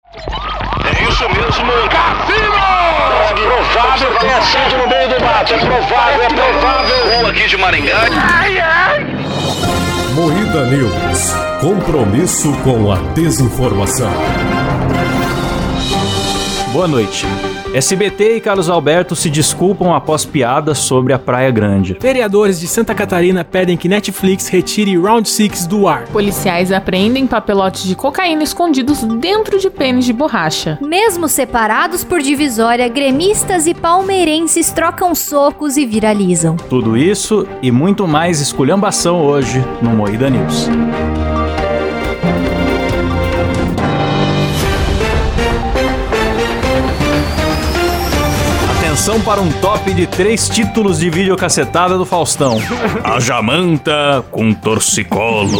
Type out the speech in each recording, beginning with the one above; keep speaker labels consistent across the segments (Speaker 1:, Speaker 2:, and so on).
Speaker 1: É Cassino! Cassino! É Provável que tenha sido no meio do mato. É provável, é provável. Rua aqui de Maringá. Ai, ai.
Speaker 2: Moída News. Compromisso com a desinformação.
Speaker 3: Boa noite. SBT e Carlos Alberto se desculpam após piadas sobre a Praia Grande.
Speaker 4: Vereadores de Santa Catarina pedem que Netflix retire Round 6 do ar.
Speaker 5: Policiais apreendem papelotes de cocaína escondidos dentro de pênis de borracha.
Speaker 6: Mesmo separados por divisória, gremistas e palmeirenses trocam socos e viralizam.
Speaker 3: Tudo isso e muito mais esculhambação hoje no Moída News. Atenção para um top de três títulos de videocacetada do Faustão.
Speaker 7: A Jamanta com torcicolo.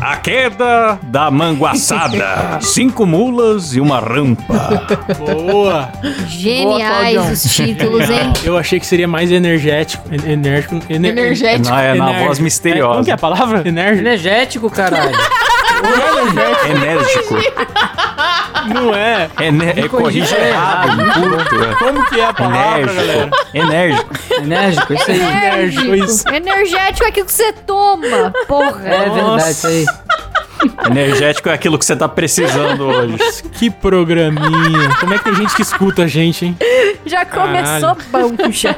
Speaker 7: A queda da manguaçada. Cinco mulas e uma rampa.
Speaker 4: Boa!
Speaker 6: Geniais
Speaker 5: Boa, Claudião.
Speaker 6: os títulos, hein?
Speaker 4: Eu achei que seria mais energético. en- Enérgico. ener-
Speaker 5: Energético.
Speaker 3: Ah, é na
Speaker 4: tipo ener-
Speaker 3: voz
Speaker 4: É, como
Speaker 3: misteriosa.
Speaker 4: que é a palavra? Enérgico?
Speaker 8: Energético, caralho.
Speaker 4: é?
Speaker 3: Enérgico.
Speaker 4: Não é.
Speaker 3: Ené- é corrige errado, curto. é.
Speaker 4: Como que é a palavra, galera?
Speaker 3: Enérgico. Enérgico.
Speaker 8: é Enérgico, isso aí.
Speaker 4: Enérgico, isso.
Speaker 6: Enérgico. Energético é aquilo que você toma,
Speaker 8: É
Speaker 6: porra.
Speaker 8: verdade, isso aí.
Speaker 3: Energético é aquilo que você tá precisando hoje.
Speaker 4: Que programinha. Como é que tem gente que escuta a gente, hein?
Speaker 6: Já começou bom, já.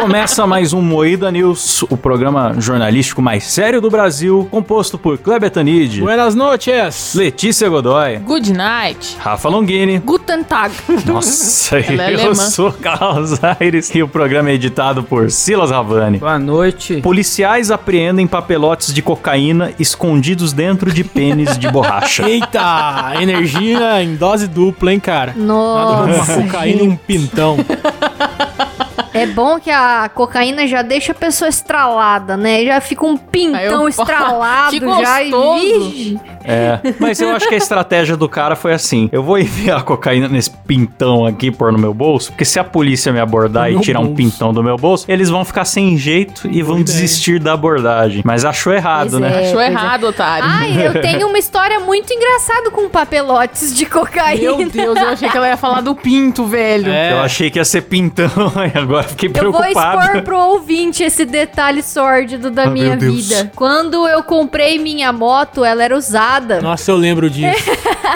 Speaker 3: Começa mais um Moída News, o programa jornalístico mais sério do Brasil, composto por Kleber Tanid,
Speaker 4: Buenas noches.
Speaker 3: Letícia Godoy,
Speaker 5: Good night.
Speaker 3: Rafa Longini.
Speaker 5: Guten Tag.
Speaker 3: Nossa,
Speaker 5: Ela é
Speaker 3: eu
Speaker 5: alemã.
Speaker 3: sou Carlos Aires e o programa é editado por Silas Ravani.
Speaker 8: Boa noite.
Speaker 3: Policiais apreendem papelotes de cocaína escondidos dentro de pênis de borracha.
Speaker 4: Eita, energia em dose dupla, hein, cara? Uma
Speaker 6: Nossa.
Speaker 4: cocaína e um pintão.
Speaker 6: É bom que a cocaína já deixa a pessoa estralada, né? Já fica um
Speaker 5: Aí
Speaker 6: pintão
Speaker 5: eu-
Speaker 6: estralado
Speaker 5: Que
Speaker 6: já. e-
Speaker 5: gostoso.
Speaker 6: Vixe.
Speaker 3: É, mas eu acho que a estratégia do cara foi assim: eu vou enviar a cocaína nesse pintão aqui, pôr no meu bolso, porque se a polícia me abordar
Speaker 4: No
Speaker 3: e
Speaker 4: meu
Speaker 3: tirar um
Speaker 4: bolso. é.
Speaker 3: pintão do meu bolso, eles vão ficar sem jeito e vão
Speaker 4: ideia.
Speaker 3: desistir da abordagem. Mas achou errado,
Speaker 6: Pois
Speaker 3: né?
Speaker 6: é,
Speaker 5: Achou
Speaker 6: pois é.
Speaker 5: errado, otário.
Speaker 6: Ai, eu tenho uma história muito engraçada com papelotes de cocaína.
Speaker 5: Meu Deus, eu achei que ela ia falar do pinto, velho.
Speaker 4: É.
Speaker 3: Eu achei que ia ser pintão, e agora fiquei
Speaker 6: Eu vou expor
Speaker 3: preocupado.
Speaker 6: pro ouvinte esse detalhe sórdido da
Speaker 3: Ah,
Speaker 6: minha
Speaker 3: meu Deus.
Speaker 6: vida. Quando eu comprei minha moto, ela era usada.
Speaker 4: Nossa, eu lembro disso.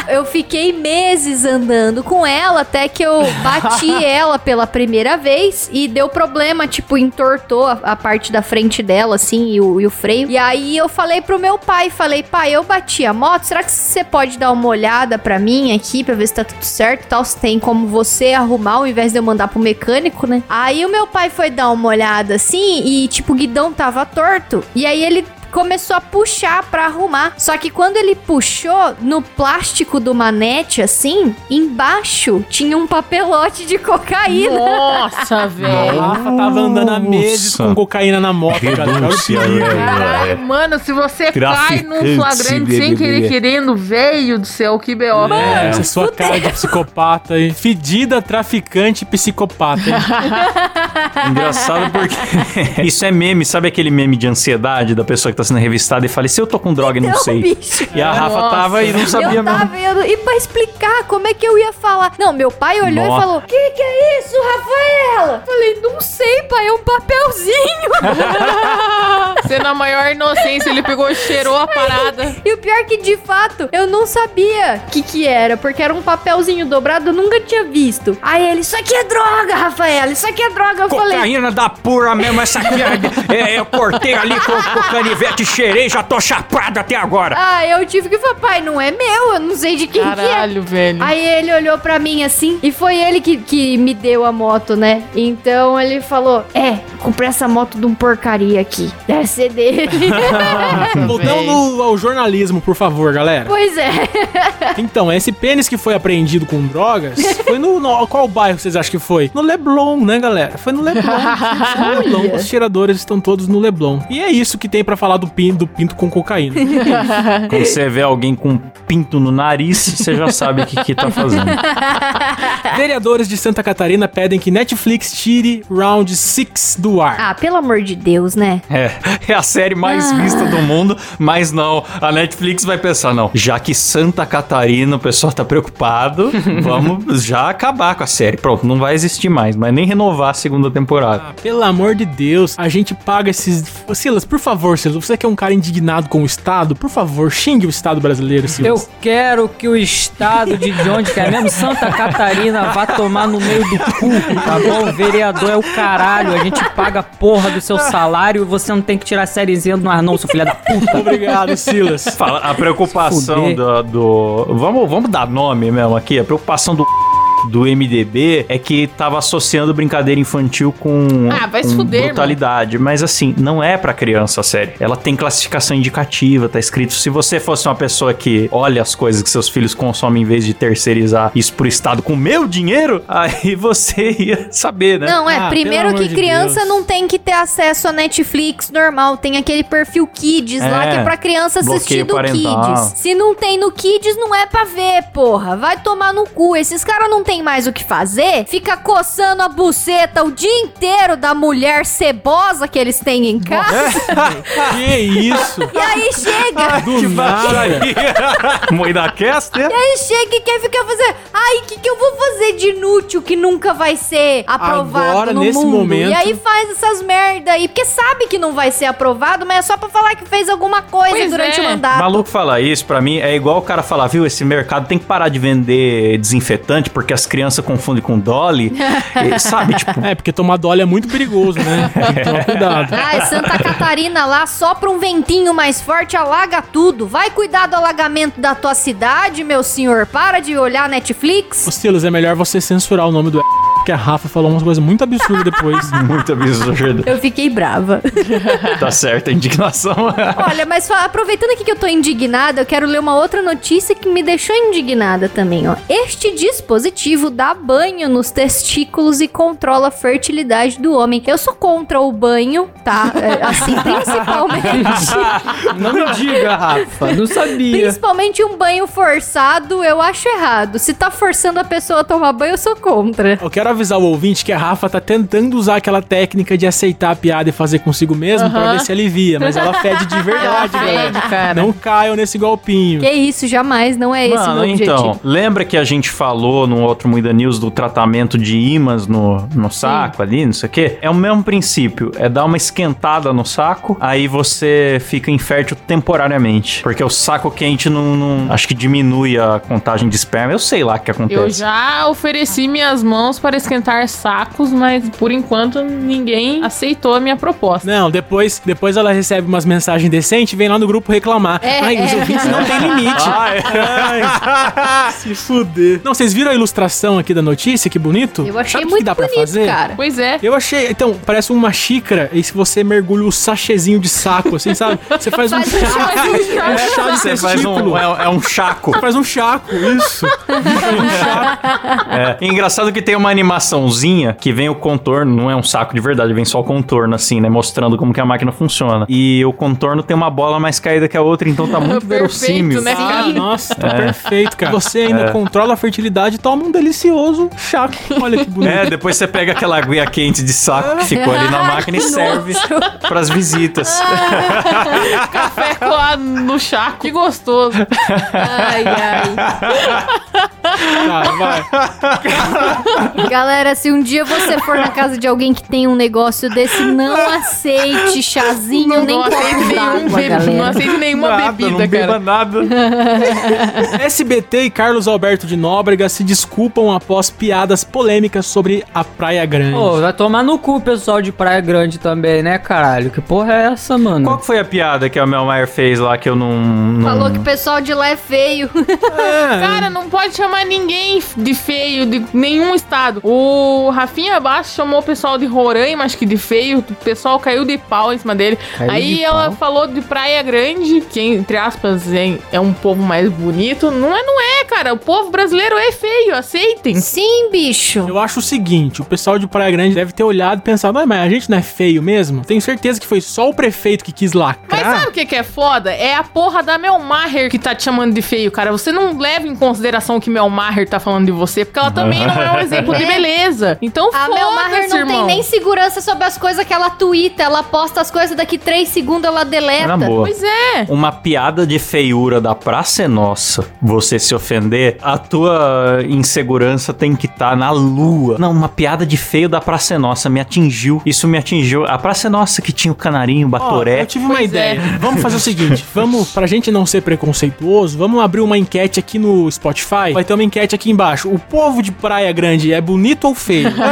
Speaker 6: Eu fiquei meses andando com ela até que eu bati ela pela primeira vez e deu problema, tipo, entortou a, a parte da frente dela, assim, e o, e o freio. E aí eu falei pro meu pai, falei, pai, eu bati a moto, será que você pode dar uma olhada pra mim aqui, pra ver se tá tudo certo e tal, se tem como você arrumar, ao invés de eu mandar pro mecânico, né? Aí o meu pai foi dar uma olhada, assim, e, tipo, o guidão tava torto, e aí ele começou a puxar pra arrumar. Só que quando ele puxou no plástico do manete assim, embaixo tinha um papelote de cocaína.
Speaker 5: Nossa,
Speaker 4: A
Speaker 5: velho.
Speaker 4: Rafa tava andando há meses
Speaker 3: Nossa. né?
Speaker 4: com cocaína na moto, galera. Olha o
Speaker 3: Denúncia aí,
Speaker 4: perigo.
Speaker 3: aí,
Speaker 5: Caralho,
Speaker 3: aí.
Speaker 5: mano, se você cai
Speaker 3: É Traficante,
Speaker 5: num flagrante
Speaker 3: bebê.
Speaker 5: sem
Speaker 3: É.
Speaker 5: querer querendo, velho do céu, que B.O.
Speaker 4: Essa É, sua cara de psicopata aí. Fedida, traficante, psicopata. hein?
Speaker 3: Engraçado porque isso é meme, sabe aquele meme de ansiedade da pessoa que tá sendo revistada e fala: "E se eu tô com droga e não
Speaker 6: Então,
Speaker 3: sei.
Speaker 6: bicho.
Speaker 3: E a Rafa
Speaker 5: Nossa.
Speaker 3: tava e não sabia
Speaker 6: eu
Speaker 3: mesmo.
Speaker 6: tava vendo. E pra explicar como é que eu ia falar? Não, meu pai olhou
Speaker 3: Nossa.
Speaker 6: e falou: Que que é isso, Rafaela? Falei: Não sei, pai, é um papelzinho.
Speaker 5: Você na maior inocência, ele pegou e cheirou a parada.
Speaker 6: e o pior é que, de fato, eu não sabia o que que era, porque era um papelzinho dobrado, eu nunca tinha visto. Aí ele: Isso aqui é droga, Rafaela, isso aqui é droga. Eu falei:
Speaker 3: Cocaína da pura mesmo, essa aqui é, é, eu cortei ali com, com canivete, cheirei, já tô chapado até agora.
Speaker 6: Ah, eu tive que falar, pai, não é meu, eu não sei de quem que é.
Speaker 5: Caralho, velho.
Speaker 6: Aí ele olhou pra mim assim, e foi ele que, que me deu a moto, né? Então ele falou: É, comprei essa moto de um porcaria aqui. Deve ser dele.
Speaker 4: Voltando ao jornalismo, por favor, galera.
Speaker 6: pois é.
Speaker 4: Então, esse pênis que foi apreendido com drogas foi no, no- Qual bairro vocês acham que foi? No Leblon, né, galera? Foi no Leblon. no Leblon. Os tiradores estão todos no Leblon. E é isso que tem pra falar do pinto, do pinto com cocaína.
Speaker 3: Quando você vê alguém com um pinto no nariz, você já sabe o que, que tá fazendo.
Speaker 4: Vereadores de Santa Catarina pedem que Netflix tire Round 6 do ar.
Speaker 6: Ah, pelo amor de Deus, né?
Speaker 3: É, é a série mais
Speaker 6: Ah.
Speaker 3: vista do mundo, mas não. A Netflix vai pensar, não, já que Santa Catarina o pessoal tá preocupado, vamos já acabar com a série. Pronto, não vai existir mais, mas nem renovar a segunda temporada.
Speaker 4: Ah, Pelo amor de Deus, a gente paga esses. Silas, por favor, Silas, você que é um cara indignado com o Estado, por favor, xingue o Estado brasileiro,
Speaker 8: Eu
Speaker 4: Silas.
Speaker 8: quero que o estado de de onde quer mesmo, Santa Catarina, vá tomar no meio do cu, tá bom? O vereador é o caralho, a gente paga a porra do seu salário e você não tem que tirar sériezinha do ar não, seu filho da puta.
Speaker 4: Obrigado, Silas.
Speaker 3: Fala, a preocupação
Speaker 8: Fuder.
Speaker 3: do, do- Vamos, vamos dar nome mesmo aqui. A preocupação do. Do MDB é que tava associando brincadeira infantil com,
Speaker 5: Ah, vai se
Speaker 3: com
Speaker 5: fuder, mano.
Speaker 3: brutalidade. Mas assim, não é pra criança a série. Ela tem classificação indicativa, tá escrito. Se você fosse uma pessoa que olha as coisas que seus filhos consomem em vez de terceirizar isso pro Estado com meu dinheiro, aí você ia saber, né?
Speaker 6: Não, é.
Speaker 4: Ah,
Speaker 6: primeiro
Speaker 4: pelo
Speaker 6: que
Speaker 4: amor de
Speaker 6: criança
Speaker 4: Deus.
Speaker 6: não tem que ter acesso a Netflix normal. Tem aquele perfil Kids lá
Speaker 3: É,
Speaker 6: que é pra criança assistir
Speaker 3: bloqueio
Speaker 6: do
Speaker 3: parental.
Speaker 6: Kids. Se não tem no Kids, não é pra ver, porra. Vai tomar no cu. Esses caras não tem mais o que fazer. Fica coçando a buceta o dia inteiro da mulher cebosa que eles têm em casa.
Speaker 4: que isso?
Speaker 6: E aí chega.
Speaker 4: Do nada.
Speaker 3: Moída Caster?
Speaker 6: Aí chega e quer ficar fazendo. Ai, o que, que eu vou fazer de inútil que nunca vai ser aprovado
Speaker 4: Agora,
Speaker 6: no
Speaker 4: nesse
Speaker 6: mundo?
Speaker 4: momento-
Speaker 6: E aí faz essas merda aí. Porque sabe que não vai ser aprovado, mas é só pra falar que fez alguma coisa
Speaker 5: Pois
Speaker 6: durante
Speaker 5: é.
Speaker 6: o mandato.
Speaker 3: Maluco falar isso, pra mim, é igual o cara falar, viu, esse mercado tem que parar de vender desinfetante porque as crianças confundem com Dolly. E, sabe, tipo,
Speaker 4: É, porque tomar dole é muito perigoso, né? Tem que tomar cuidado.
Speaker 6: Ai, Santa Catarina lá, só pra um ventinho mais forte, alaga tudo. Vai cuidar do alagamento da tua cidade, meu senhor. Para de olhar Netflix.
Speaker 4: Ô, Silas, é melhor você censurar o nome do porque a Rafa falou umas coisas muito absurdas depois.
Speaker 3: muito absurdo.
Speaker 6: Eu fiquei brava.
Speaker 3: Tá certa a indignação.
Speaker 6: Olha, mas só aproveitando aqui que eu tô indignada, eu quero ler uma outra notícia que me deixou indignada também, ó. Este dispositivo dá banho nos testículos e controla a fertilidade do homem. Eu sou contra o banho, tá? É, assim, principalmente.
Speaker 8: Não me diga, Rafa, não sabia.
Speaker 6: principalmente um banho forçado, eu acho errado. Se tá forçando a pessoa a tomar banho, eu sou contra.
Speaker 4: Eu quero avisar o ouvinte que a Rafa tá tentando usar aquela técnica de aceitar a piada e fazer consigo mesmo pra
Speaker 5: Aham.
Speaker 4: ver se alivia, mas ela fede de verdade,
Speaker 5: Ela
Speaker 4: galera.
Speaker 5: fede, cara.
Speaker 4: Não caiam nesse golpinho.
Speaker 6: Que isso, jamais, não é esse o meu
Speaker 3: Mano,
Speaker 6: objetivo.
Speaker 3: então, lembra que a gente falou no outro Muida News do tratamento de ímãs no, no saco ali, não sei o quê? É o mesmo princípio, é dar uma esquentada no saco, aí você fica infértil temporariamente, porque o saco quente não, não- acho que diminui a contagem de esperma, eu sei lá o que acontece.
Speaker 5: Eu já ofereci minhas mãos para esquentar sacos, mas por enquanto ninguém aceitou a minha proposta.
Speaker 4: Não, depois, depois ela recebe umas mensagens decentes e vem lá no grupo reclamar.
Speaker 6: É,
Speaker 4: Ai, os
Speaker 6: é.
Speaker 4: ouvintes não tem limite.
Speaker 3: Ah, é?
Speaker 4: Ai, se fuder. Não, vocês viram a ilustração aqui da notícia? Que bonito.
Speaker 6: Eu achei
Speaker 4: Sabe o que
Speaker 6: muito
Speaker 4: que dá pra
Speaker 6: bonito,
Speaker 4: fazer?
Speaker 6: cara.
Speaker 5: Pois é.
Speaker 4: Eu achei, então, parece uma xícara, e se você mergulha o sachezinho de saco, assim, sabe? Você faz um
Speaker 6: Faz um
Speaker 4: chaco.
Speaker 5: chá.
Speaker 4: É um chá de
Speaker 3: Você faz um,
Speaker 4: testículo.
Speaker 3: é, é um chaco.
Speaker 4: Você faz um chaco, isso.
Speaker 3: É. Engraçado que tem uma animaçãozinha que vem o contorno, não é um saco de verdade, vem só o contorno, assim, né? Mostrando como que a máquina funciona. E o contorno tem uma bola mais caída que a outra, então tá muito
Speaker 5: Perfeito,
Speaker 3: verossímil.
Speaker 5: né?
Speaker 4: Ah,
Speaker 5: Sim.
Speaker 4: nossa,
Speaker 3: É.
Speaker 4: tá perfeito, cara. Você ainda controla a fertilidade e toma um delicioso chaco. Olha que bonito.
Speaker 3: É, depois você pega aquela aguinha quente de saco que ficou ali na máquina e serve pras visitas.
Speaker 5: Café colado no chaco. Que gostoso.
Speaker 6: Ai, ai.
Speaker 5: Ah,
Speaker 4: Tá, vai.
Speaker 6: Galera, se um dia você for na casa de alguém que tem um negócio desse, não aceite chazinho nem
Speaker 5: não, aceito
Speaker 6: copo
Speaker 5: nenhum
Speaker 6: d'água,
Speaker 5: be- não
Speaker 6: galera.
Speaker 5: aceito nenhuma
Speaker 3: Nada, não
Speaker 5: bebida,
Speaker 3: beba
Speaker 5: cara.
Speaker 3: nada.
Speaker 4: SBT e Carlos Alberto de Nóbrega se desculpam após piadas polêmicas sobre a Praia Grande.
Speaker 8: Pô, vai tomar no cu o pessoal de Praia Grande também, né, caralho? Que porra é essa, mano?
Speaker 3: Qual que foi a piada que a Mel Maier fez lá que eu não. não-
Speaker 6: Falou que o pessoal de lá é feio.
Speaker 4: É,
Speaker 5: Cara, não pode chamar ninguém de feio, de nenhum estado. O Rafinha Baixo chamou o pessoal de Roraima, acho que de feio. O pessoal caiu de pau em cima dele.
Speaker 8: Caiu
Speaker 5: Aí
Speaker 8: de
Speaker 5: ela
Speaker 8: pau?
Speaker 5: falou de Praia Grande, que entre aspas é, é um povo mais bonito. Não é, não é, cara. O povo brasileiro é feio, aceitem.
Speaker 6: Sim, bicho.
Speaker 4: Eu acho o seguinte, o pessoal de Praia Grande deve ter olhado e pensado, "Ah, mas a gente não é feio mesmo? Tenho certeza que foi só o prefeito que quis
Speaker 5: Mas
Speaker 4: lacrar.
Speaker 5: sabe o que, que é foda? É a porra da Mel Maher que tá te chamando de feio, cara. Você não leva em consideração o que Mel Maher tá falando de você, porque ela também não é um exemplo de
Speaker 6: É,
Speaker 5: beleza. Então
Speaker 6: A Mel Maher
Speaker 5: foda-se,
Speaker 6: não tem
Speaker 5: irmão.
Speaker 6: nem segurança sobre as coisas que ela twita. Ela posta as coisas, daqui três segundos ela deleta.
Speaker 3: Era boa.
Speaker 5: Pois é.
Speaker 3: Uma piada de feiura da praça é nossa. Você se ofender, a tua insegurança tem que estar na lua. Não, uma piada de feio da praça é nossa me atingiu. Isso me atingiu. A praça é nossa que tinha o canarinho, o
Speaker 4: Ó, é
Speaker 3: batoré.
Speaker 4: eu tive uma
Speaker 5: Pois
Speaker 4: ideia. Vamos fazer o seguinte: vamos, pra gente não ser preconceituoso, vamos abrir uma enquete aqui no Spotify. Vai ter uma enquete aqui embaixo. O povo de Praia Grande é bonito ou feio? Ok?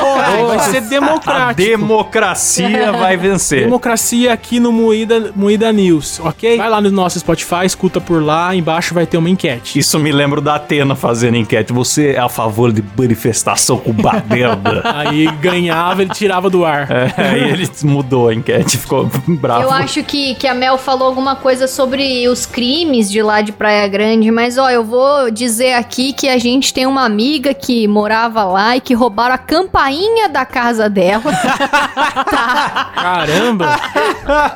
Speaker 4: Porra, Vai ser
Speaker 3: a
Speaker 4: democrático.
Speaker 3: democracia vai
Speaker 4: É.
Speaker 3: vencer.
Speaker 4: Democracia aqui no Moída, Moída News, ok? Vai lá no nosso Spotify, escuta por lá, embaixo vai ter uma enquete.
Speaker 3: Isso me lembra da Atena fazendo enquete. Você é a favor de manifestação com baderda?
Speaker 4: Aí ganhava, ele tirava do ar.
Speaker 3: é, aí ele mudou a enquete, ficou bravo.
Speaker 6: Eu acho que, que a Mel falou alguma coisa sobre os crimes de lá de Praia Grande, mas ó, eu vou dizer aqui que a gente tem uma amiga que morava lá e que roubaram a campainha da casa dela.
Speaker 4: Caramba!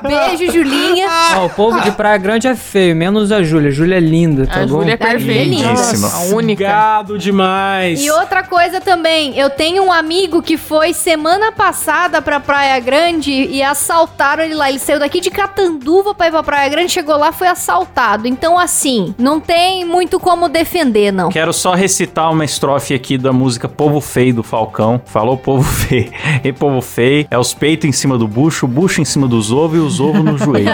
Speaker 6: Beijo, Julinha.
Speaker 8: Ó, o povo de Praia Grande é feio, menos a Júlia. Júlia é linda, tá
Speaker 5: A
Speaker 8: bom?
Speaker 5: Júlia é
Speaker 6: Tá
Speaker 5: perfeita.
Speaker 3: lindíssima.
Speaker 5: A única.
Speaker 4: Gado demais!
Speaker 6: E outra coisa também, eu tenho um amigo que foi semana passada pra Praia Grande e assaltaram ele lá. Ele saiu daqui de Catanduva pra ir pra Praia Grande, chegou lá, foi assaltado. Então, assim, não tem muito como defender, não.
Speaker 3: Quero só recitar uma estrofe aqui da música Povo Feio do Falcão. Falou povo feio. E povo feio é os peitos em cima do bucho, o bucho em cima dos ovos e os ovos no joelho.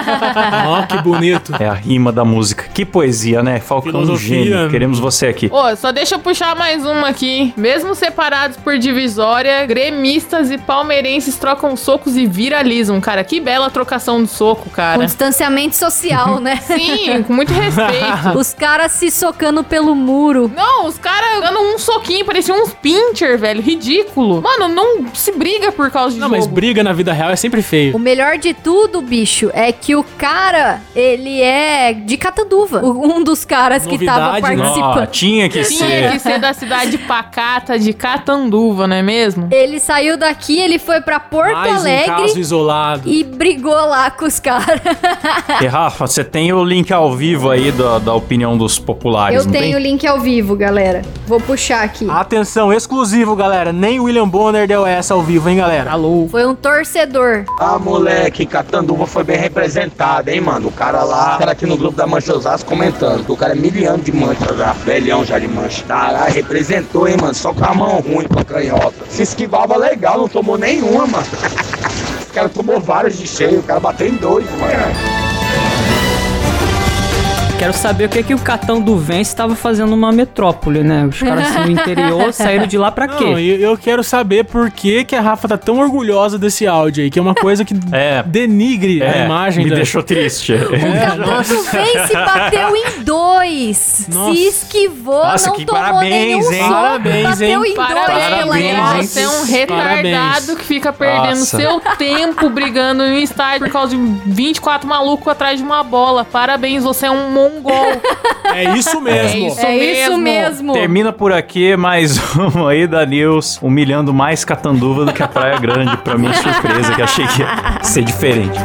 Speaker 4: Ó, que bonito.
Speaker 3: É a rima da música. Que poesia, né? Falcão um
Speaker 4: Filosofia. né?
Speaker 3: gênio. Queremos você aqui.
Speaker 5: Ô, só deixa eu puxar mais uma aqui. Mesmo separados por divisória, gremistas e palmeirenses trocam socos e viralizam. Cara, que bela trocação de soco,
Speaker 6: Um
Speaker 5: cara.
Speaker 6: distanciamento social, né?
Speaker 5: Sim, com muito respeito.
Speaker 6: Os caras se socando pelo muro.
Speaker 5: Não, os caras dando um soquinho, parecia uns pincher, velho. Ridículo. Mano, não se briga por causa de
Speaker 4: Não,
Speaker 5: não,
Speaker 4: mas
Speaker 5: jogo.
Speaker 4: briga na vida real é sempre feio.
Speaker 6: O melhor de tudo, bicho, é que o cara, ele é de Catanduva. O- Um dos caras que tava
Speaker 4: Novidade, né?
Speaker 3: Ó,
Speaker 6: participando.
Speaker 3: Ah, tinha que
Speaker 5: Tinha
Speaker 3: ser.
Speaker 5: que ser da cidade pacata de Catanduva, não é mesmo?
Speaker 6: Ele saiu daqui, ele foi pra Porto
Speaker 4: Mais
Speaker 6: Alegre.
Speaker 4: um caso isolado.
Speaker 6: e brigou lá com os caras.
Speaker 3: E, Rafa, você tem o link ao vivo aí da, da opinião dos populares,
Speaker 6: Eu
Speaker 3: Ah, não
Speaker 6: tenho o
Speaker 3: tem?
Speaker 6: link ao vivo, galera. Vou puxar aqui.
Speaker 4: Atenção, exclusivo, galera. Nem William Bonner deu essa ao vivo, hein, galera? Alô.
Speaker 6: Foi um torcedor.
Speaker 1: Ah, moleque, Catanduva foi bem representada, hein, mano? O cara lá, o cara aqui no grupo da Mancha Osasco comentando que o cara é miliano de mancha já, velhão já de mancha. Caralho, representou, hein, mano? Só com a mão ruim pra canhota. Se esquivava legal, não tomou nenhuma, mano. O cara tomou vários de cheio, o cara bateu em dois, mano.
Speaker 8: Quero saber o que, que o Catão do Vence estava fazendo numa metrópole, né? Os caras assim, no interior saíram de lá pra quê?
Speaker 4: Não, eu, eu quero saber por que, que a Rafa tá tão orgulhosa desse áudio aí, que é uma coisa que
Speaker 3: É.
Speaker 4: denigre a
Speaker 3: É,
Speaker 4: imagem
Speaker 3: me
Speaker 4: da...
Speaker 3: deixou triste.
Speaker 6: O Catanduva vem se bateu em dois.
Speaker 4: Nossa.
Speaker 6: Se esquivou,
Speaker 3: Nossa,
Speaker 6: não
Speaker 3: que
Speaker 6: tomou
Speaker 3: parabéns,
Speaker 6: nenhum
Speaker 3: hein?
Speaker 6: soco,
Speaker 4: Parabéns,
Speaker 6: bateu
Speaker 4: hein?
Speaker 6: em dois pela
Speaker 5: Parabéns,
Speaker 6: grade.
Speaker 5: você é um
Speaker 4: Parabéns.
Speaker 5: retardado que fica perdendo
Speaker 3: Nossa.
Speaker 5: seu tempo brigando em um estádio por causa de 24 malucos atrás de uma bola. Parabéns, você é um mongol.
Speaker 4: É isso mesmo.
Speaker 5: É isso.
Speaker 6: É isso mesmo.
Speaker 5: mesmo.
Speaker 3: Termina por aqui mais um aí da News, humilhando mais Catanduva do que a Praia Grande, pra minha surpresa, que achei que ia ser diferente.